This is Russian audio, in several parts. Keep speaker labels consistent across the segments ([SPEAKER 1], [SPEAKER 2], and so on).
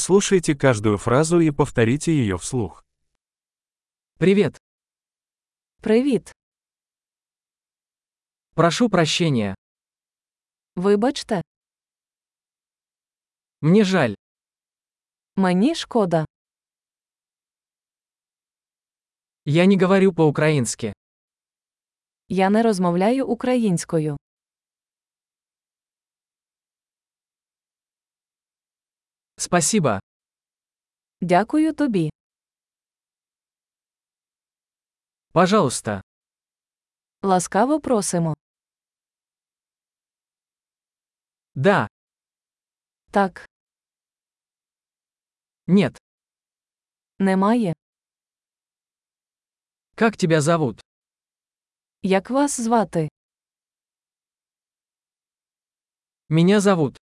[SPEAKER 1] Прослушайте каждую фразу и повторите ее вслух.
[SPEAKER 2] Привет.
[SPEAKER 3] Привіт.
[SPEAKER 2] Прошу прощения.
[SPEAKER 3] Вибачте,
[SPEAKER 2] Мне жаль.
[SPEAKER 3] мені шкода.
[SPEAKER 2] Я не говорю по-украински.
[SPEAKER 3] Я не розмовляю українською.
[SPEAKER 2] Спасибо.
[SPEAKER 3] Дякую тобі.
[SPEAKER 2] Пожалуйста.
[SPEAKER 3] Ласкаво просимо.
[SPEAKER 2] Да.
[SPEAKER 3] Так,
[SPEAKER 2] Нет.
[SPEAKER 3] немає.
[SPEAKER 2] Как тебя зовут?
[SPEAKER 3] Як вас звати?
[SPEAKER 2] Меня зовут.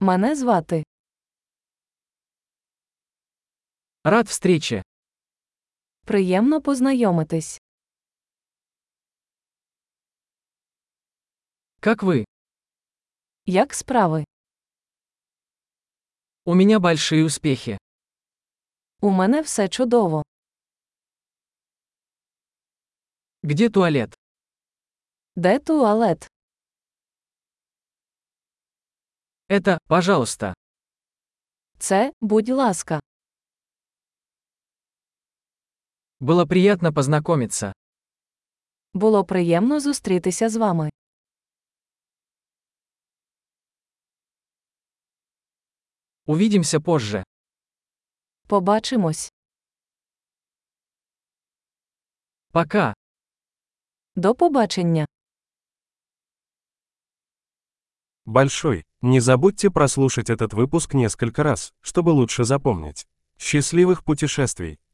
[SPEAKER 3] Мене звати.
[SPEAKER 2] Рад встрече.
[SPEAKER 3] Приємно познайомитись.
[SPEAKER 2] Как вы?
[SPEAKER 3] Як справи?
[SPEAKER 2] У меня большие успехи.
[SPEAKER 3] У мене все чудово.
[SPEAKER 2] Где туалет?
[SPEAKER 3] Де туалет?
[SPEAKER 2] Это, пожалуйста.
[SPEAKER 3] Це, будь ласка.
[SPEAKER 2] Было приятно познакомиться.
[SPEAKER 3] Було приємно зустрітися з вами.
[SPEAKER 2] Увидимся позже.
[SPEAKER 3] Побачимось.
[SPEAKER 2] Пока.
[SPEAKER 3] До побачення.
[SPEAKER 1] Большой. Не забудьте прослушать этот выпуск несколько раз, чтобы лучше запомнить. Счастливых путешествий!